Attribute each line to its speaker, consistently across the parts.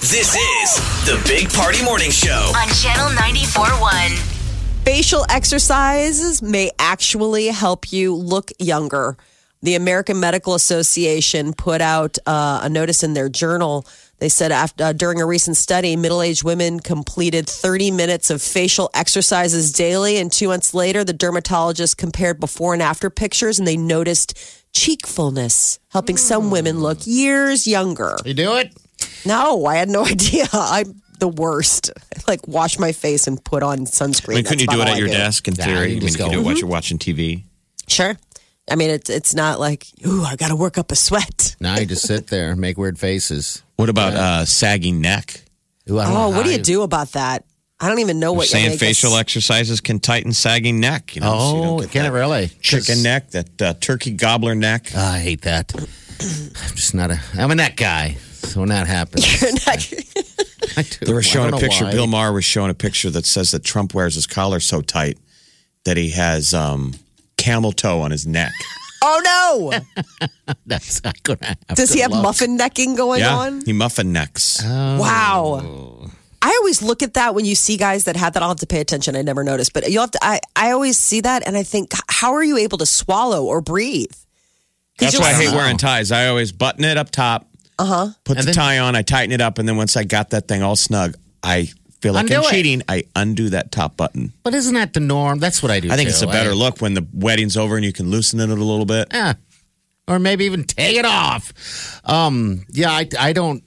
Speaker 1: This is the Big Party Morning Show.
Speaker 2: on Channel 94.1.
Speaker 3: Facial exercises may actually help you look younger. The American Medical Association put out uh, a notice in their journal. They said after, uh, during a recent study, middle aged women completed 30 minutes of facial exercises daily. And two months later, the dermatologist compared before and after pictures and they noticed cheek fullness, helping some women look years younger.
Speaker 4: You do it?
Speaker 3: No, I had no idea. I'm the worst. I, like wash my face and put on sunscreen.
Speaker 5: I mean,
Speaker 3: That's
Speaker 5: couldn't you do
Speaker 3: about
Speaker 5: it
Speaker 3: all
Speaker 5: at
Speaker 3: I
Speaker 5: your desk in
Speaker 4: Nah,
Speaker 5: theory? I
Speaker 4: you
Speaker 5: mean,
Speaker 4: just
Speaker 5: you could
Speaker 4: go-
Speaker 5: do it while you're watching TV.
Speaker 3: Sure. I mean, it's it's not like ooh, I got to work up a sweat.
Speaker 4: Now you just sit there, make weird faces.
Speaker 5: What about uh, sagging neck?
Speaker 4: Ooh, I don't know
Speaker 3: Oh,
Speaker 4: how
Speaker 3: what do you do about that? I don't even know what
Speaker 5: Saying
Speaker 3: I guess-
Speaker 5: facial exercises can tighten sagging neck. You know, so you don't
Speaker 4: Oh,
Speaker 5: get
Speaker 4: can it
Speaker 5: that
Speaker 4: really?
Speaker 5: chicken
Speaker 4: 'Cause-
Speaker 5: neck, that uh, turkey gobbler neck.
Speaker 4: I hate that. I'm just not a. I'm a neck guy. So when that happens, I do.
Speaker 5: They were showing
Speaker 4: I
Speaker 5: a
Speaker 4: don't know
Speaker 5: picture.
Speaker 4: why.
Speaker 5: Bill Maher was showing a picture that says that Trump wears his collar so tight that he has um, camel toe on his neck.
Speaker 3: oh no!
Speaker 4: That's not gonna happen.
Speaker 3: Does he have
Speaker 4: Look.
Speaker 3: muffin necking going
Speaker 5: yeah,
Speaker 3: on?
Speaker 5: he muffin necks.
Speaker 3: Wow. I always look at that when you see guys that have that. I'll have to pay attention. I never noticed, but you'll have to. I, I always see that and I think, how are you able to swallow or breathe? 'Cause
Speaker 5: That's
Speaker 3: you'll
Speaker 5: why I
Speaker 3: see-
Speaker 5: hate wearing ties. I always button it up top. Uh huh. Put the
Speaker 4: And then-
Speaker 5: tie on. I tighten it up, and then once I got that thing all snug, I feel like
Speaker 4: Undo
Speaker 5: I'm
Speaker 4: it.
Speaker 5: cheating. I undo that top button.
Speaker 4: But isn't that the norm? That's what I do.
Speaker 5: I think it's a
Speaker 4: too.
Speaker 5: better
Speaker 4: I-
Speaker 5: look when the wedding's over and you can loosen it a little bit.
Speaker 4: Yeah. Or maybe even take it off. Um, yeah, I, I don't.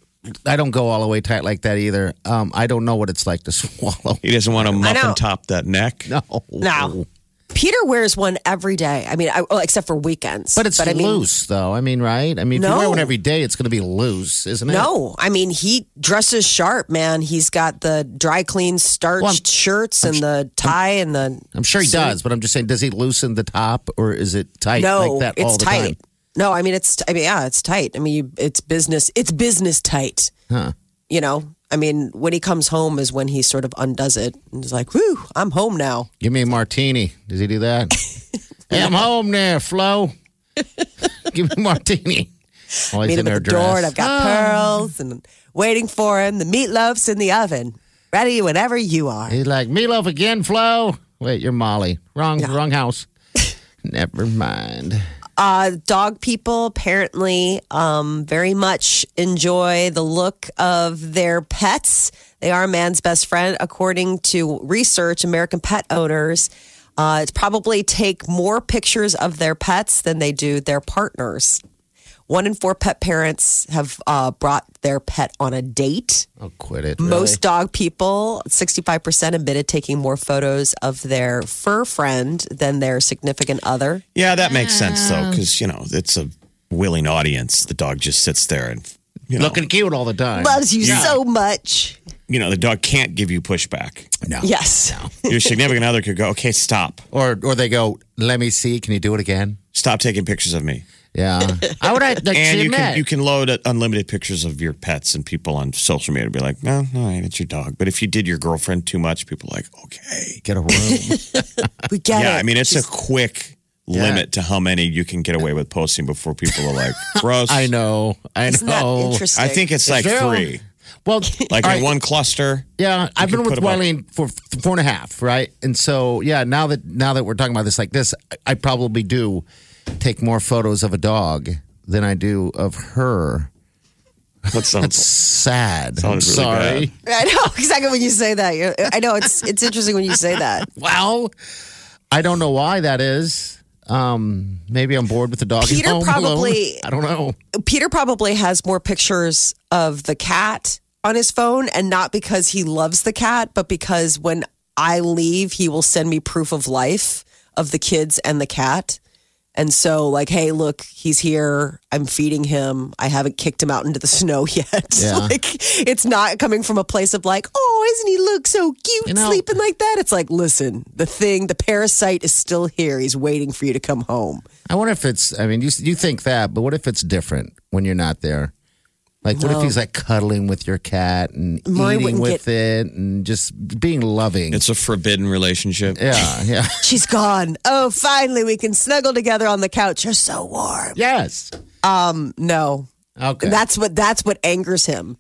Speaker 4: I don't go all the way tight like that either. Um, I don't know what it's like to swallow.
Speaker 5: He doesn't want to
Speaker 3: know.
Speaker 5: muffin top that neck.
Speaker 4: No,
Speaker 3: No. Peter wears one every day. I mean, I, well, except for weekends.
Speaker 4: But it's
Speaker 3: I mean,
Speaker 4: loose, though. I mean, right? I mean, if you wear
Speaker 3: No.
Speaker 4: one every day, it's going to be loose, isn't it?
Speaker 3: No, I mean he dresses sharp, man. He's got the dry clean starched
Speaker 4: Well, I'm-
Speaker 3: shirts and the tie and the.
Speaker 4: I'm sure he does, but I'm just saying, does he loosen the top or is it tight
Speaker 3: No,
Speaker 4: like that
Speaker 3: it's
Speaker 4: all the
Speaker 3: tight.
Speaker 4: time?
Speaker 3: No, I mean it's. I mean, yeah, it's tight. I mean, you, it's business. It's business tight.
Speaker 4: Huh.
Speaker 3: You know, I mean, when he comes home is when he sort of undoes it and is like, "Whew, I'm home now."
Speaker 4: Give me a martini. Does he do that? hey, I'm home there, Flo. Give me a martini. While he's
Speaker 3: Meet
Speaker 4: in
Speaker 3: him
Speaker 4: their
Speaker 3: at the door,
Speaker 4: dress. Ah.
Speaker 3: and I've got pearls and waiting for him. The meatloaf's in the oven, ready whenever you are.
Speaker 4: he's like, Meatloaf again, Flo. Wait, you're Molly. Wrong, wrong house. Never mind.
Speaker 3: Uh, dog people apparently um, very much enjoy the look of their pets. They are man's best friend, according to research. American pet owners uh, it's probably take more pictures of their pets than they do their partners. One in four pet parents have uh, brought their pet on a date.
Speaker 4: I'll quit it.
Speaker 3: Most dog people, 65% admitted taking more photos of their fur friend than their significant other.
Speaker 5: Yeah, that makes sense though, because you know it's a willing audience. The dog just sits there and you know,
Speaker 4: Looking cute all the time.
Speaker 3: Loves you so much.
Speaker 5: you know the dog can't give you pushback.
Speaker 4: no.
Speaker 3: Yes.
Speaker 5: Your significant other could go, okay, stop,
Speaker 4: Or, or they go, let me see. Can you do it again?
Speaker 5: stop taking pictures of me.
Speaker 4: Yeah. I would like to
Speaker 5: and you can
Speaker 4: admit-
Speaker 5: you can load uh, unlimited pictures of your pets and people on social media. Be like, no, no, it's your dog. But if you did your girlfriend too much, people are like, okay,
Speaker 4: get a room.
Speaker 3: We get it.
Speaker 5: yeah. I mean, it's a quick limit to how many you can get away with posting before people are like, gross.
Speaker 4: I know. I
Speaker 3: Isn't that
Speaker 4: know.
Speaker 3: interesting?
Speaker 5: I think it's like
Speaker 4: there-
Speaker 5: three,
Speaker 4: Well,
Speaker 5: like
Speaker 4: all
Speaker 5: in
Speaker 4: right,
Speaker 5: one cluster.
Speaker 4: yeah, I've
Speaker 5: could
Speaker 4: been with
Speaker 5: put 'em up.
Speaker 4: Wileen for f- four and a half, right? And so, yeah, now that now that we're talking about this like this, I, I probably do take more photos of a dog than I do of her.
Speaker 5: That sounds
Speaker 4: Sad. I'm
Speaker 5: Sounded really
Speaker 4: sorry.
Speaker 5: bad.
Speaker 3: I know exactly when you say that. You're- I know it's it's interesting when you say that.
Speaker 4: Well, I don't know why that is. Um, maybe I'm bored with the dog. at
Speaker 3: Peter
Speaker 4: home
Speaker 3: probably-
Speaker 4: alone. I don't know.
Speaker 3: Peter probably has more pictures of the cat on his phone, and not because he loves the cat, but because when I leave, he will send me proof of life of the kids and the cat. And so, like, hey, look, he's here. I'm feeding him. I haven't kicked him out into the snow yet.
Speaker 4: Yeah.
Speaker 3: like, it's not coming from a place of like, oh, isn't he look so cute
Speaker 4: You know-
Speaker 3: sleeping like that? It's like, listen, the thing, the parasite is still here. He's waiting for you to come home.
Speaker 4: I wonder if it's. I mean, you you think that, but what if it's different when you're not there? Like, what if he's like cuddling with your cat and
Speaker 3: Maury
Speaker 4: eating
Speaker 3: wouldn't
Speaker 4: with it and just being loving?
Speaker 5: It's a forbidden relationship.
Speaker 4: yeah, yeah,
Speaker 3: She's gone. Oh, finally, we can snuggle together on the couch. You're so warm.
Speaker 4: yes.
Speaker 3: No,
Speaker 4: Okay,
Speaker 3: And that's what that's what angers him.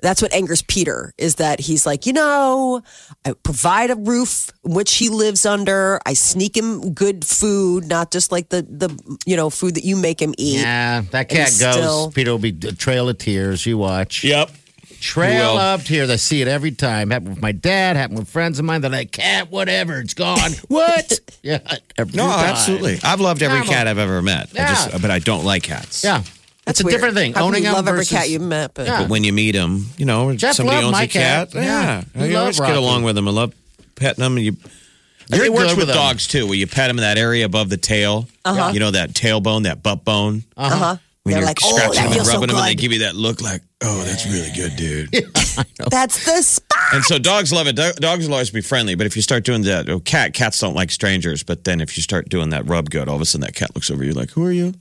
Speaker 3: That's what angers Peter is that he's like, you know, I provide a roof which he lives under. I sneak him good food, not just like the the you know food that you make him eat.
Speaker 4: yeah. That cat
Speaker 3: he's
Speaker 4: goes.
Speaker 3: still-
Speaker 4: Peter will be a trail of tears. You watch.
Speaker 5: Yep.
Speaker 4: Trail
Speaker 5: Well-
Speaker 4: up tears. I see it every time. Happened with my dad. Happened with friends of mine. They're like, cat, whatever, it's gone. what? Yeah. every
Speaker 5: No,
Speaker 4: time.
Speaker 5: absolutely. I've loved every
Speaker 4: Normal.
Speaker 5: cat I've ever met. I
Speaker 4: Yeah.
Speaker 5: just, but I don't like cats.
Speaker 4: Yeah.
Speaker 3: That's
Speaker 4: it's a
Speaker 3: weird.
Speaker 4: different thing.
Speaker 3: How can
Speaker 4: Owning
Speaker 3: you
Speaker 4: them
Speaker 3: love every
Speaker 4: versus,
Speaker 3: cat you met, but
Speaker 4: Yeah.
Speaker 5: But when you meet them, you know,
Speaker 4: Jeff
Speaker 5: somebody
Speaker 4: loved
Speaker 5: owns
Speaker 4: my
Speaker 5: a cat.
Speaker 4: cat.
Speaker 5: Yeah.
Speaker 4: Yeah. He
Speaker 5: You always
Speaker 4: loved
Speaker 5: get
Speaker 4: Rocky.
Speaker 5: along with them. I love petting them. You,
Speaker 4: I
Speaker 5: it
Speaker 4: did
Speaker 5: works
Speaker 4: good
Speaker 5: with
Speaker 4: with 'em.
Speaker 5: dogs too, where you pet them in that area above the tail. Uh-huh. You know, that tailbone, that butt bone.
Speaker 3: uh huh.
Speaker 5: When
Speaker 3: They're
Speaker 5: you're
Speaker 3: like, oh,
Speaker 5: scratching
Speaker 3: that
Speaker 5: them and
Speaker 3: feels so
Speaker 5: rubbing
Speaker 3: good.
Speaker 5: them, and they give you that look like, oh, that's really good, dude.
Speaker 3: That's the spot.
Speaker 5: And so dogs love it. Do- Dogs will always be friendly, but if you start doing that, oh, cat cats don't like strangers. But then if you start doing that rub good, all of a sudden that cat looks over you like, "Who are you?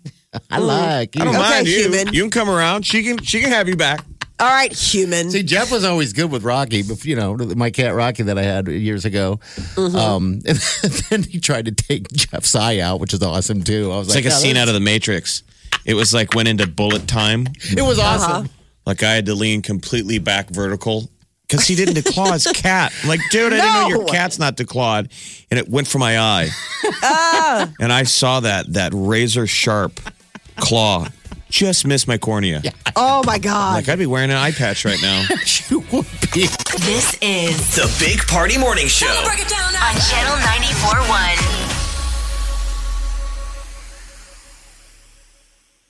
Speaker 4: I
Speaker 3: Mm.
Speaker 4: like. You.
Speaker 5: I don't
Speaker 3: Okay,
Speaker 5: mind you.
Speaker 3: human.
Speaker 5: You can come around. She can she can have you back."
Speaker 3: All right, human.
Speaker 4: See, Jeff was always good with Rocky, but you know, my cat Rocky that I had years ago. Um, and then he tried to take Jeff's eye out, which is awesome too. I was
Speaker 5: It's like
Speaker 4: like
Speaker 5: a scene out of The Matrix. It was like went into bullet time.
Speaker 4: It was
Speaker 3: Uh-huh.
Speaker 4: awesome.
Speaker 5: Like I had to lean completely back vertical because he didn't declaw his cat. I'm like, dude, I didn't know your
Speaker 3: No.
Speaker 5: cat's not declawed, and it went for my eye. And I saw that that razor sharp claw just missed my cornea.
Speaker 3: oh my god.
Speaker 5: Like I'd be wearing an eye patch right now.
Speaker 4: You would be.
Speaker 2: This is
Speaker 1: The Big Party Morning Show.
Speaker 2: on